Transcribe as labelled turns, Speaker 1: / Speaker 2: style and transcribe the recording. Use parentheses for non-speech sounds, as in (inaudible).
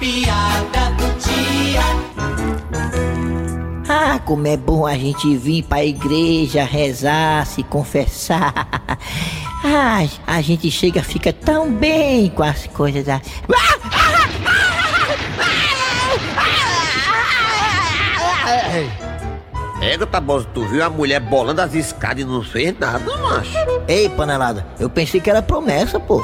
Speaker 1: piada do dia.
Speaker 2: Ah, como é bom a gente vir pra igreja rezar, se confessar. (laughs) Ah, a gente chega, fica tão bem com as coisas da.
Speaker 3: Pega, Tabosa, tá tu viu a mulher bolando as escadas e não fez nada, macho.
Speaker 2: Ei, panelada, eu pensei que era promessa, pô.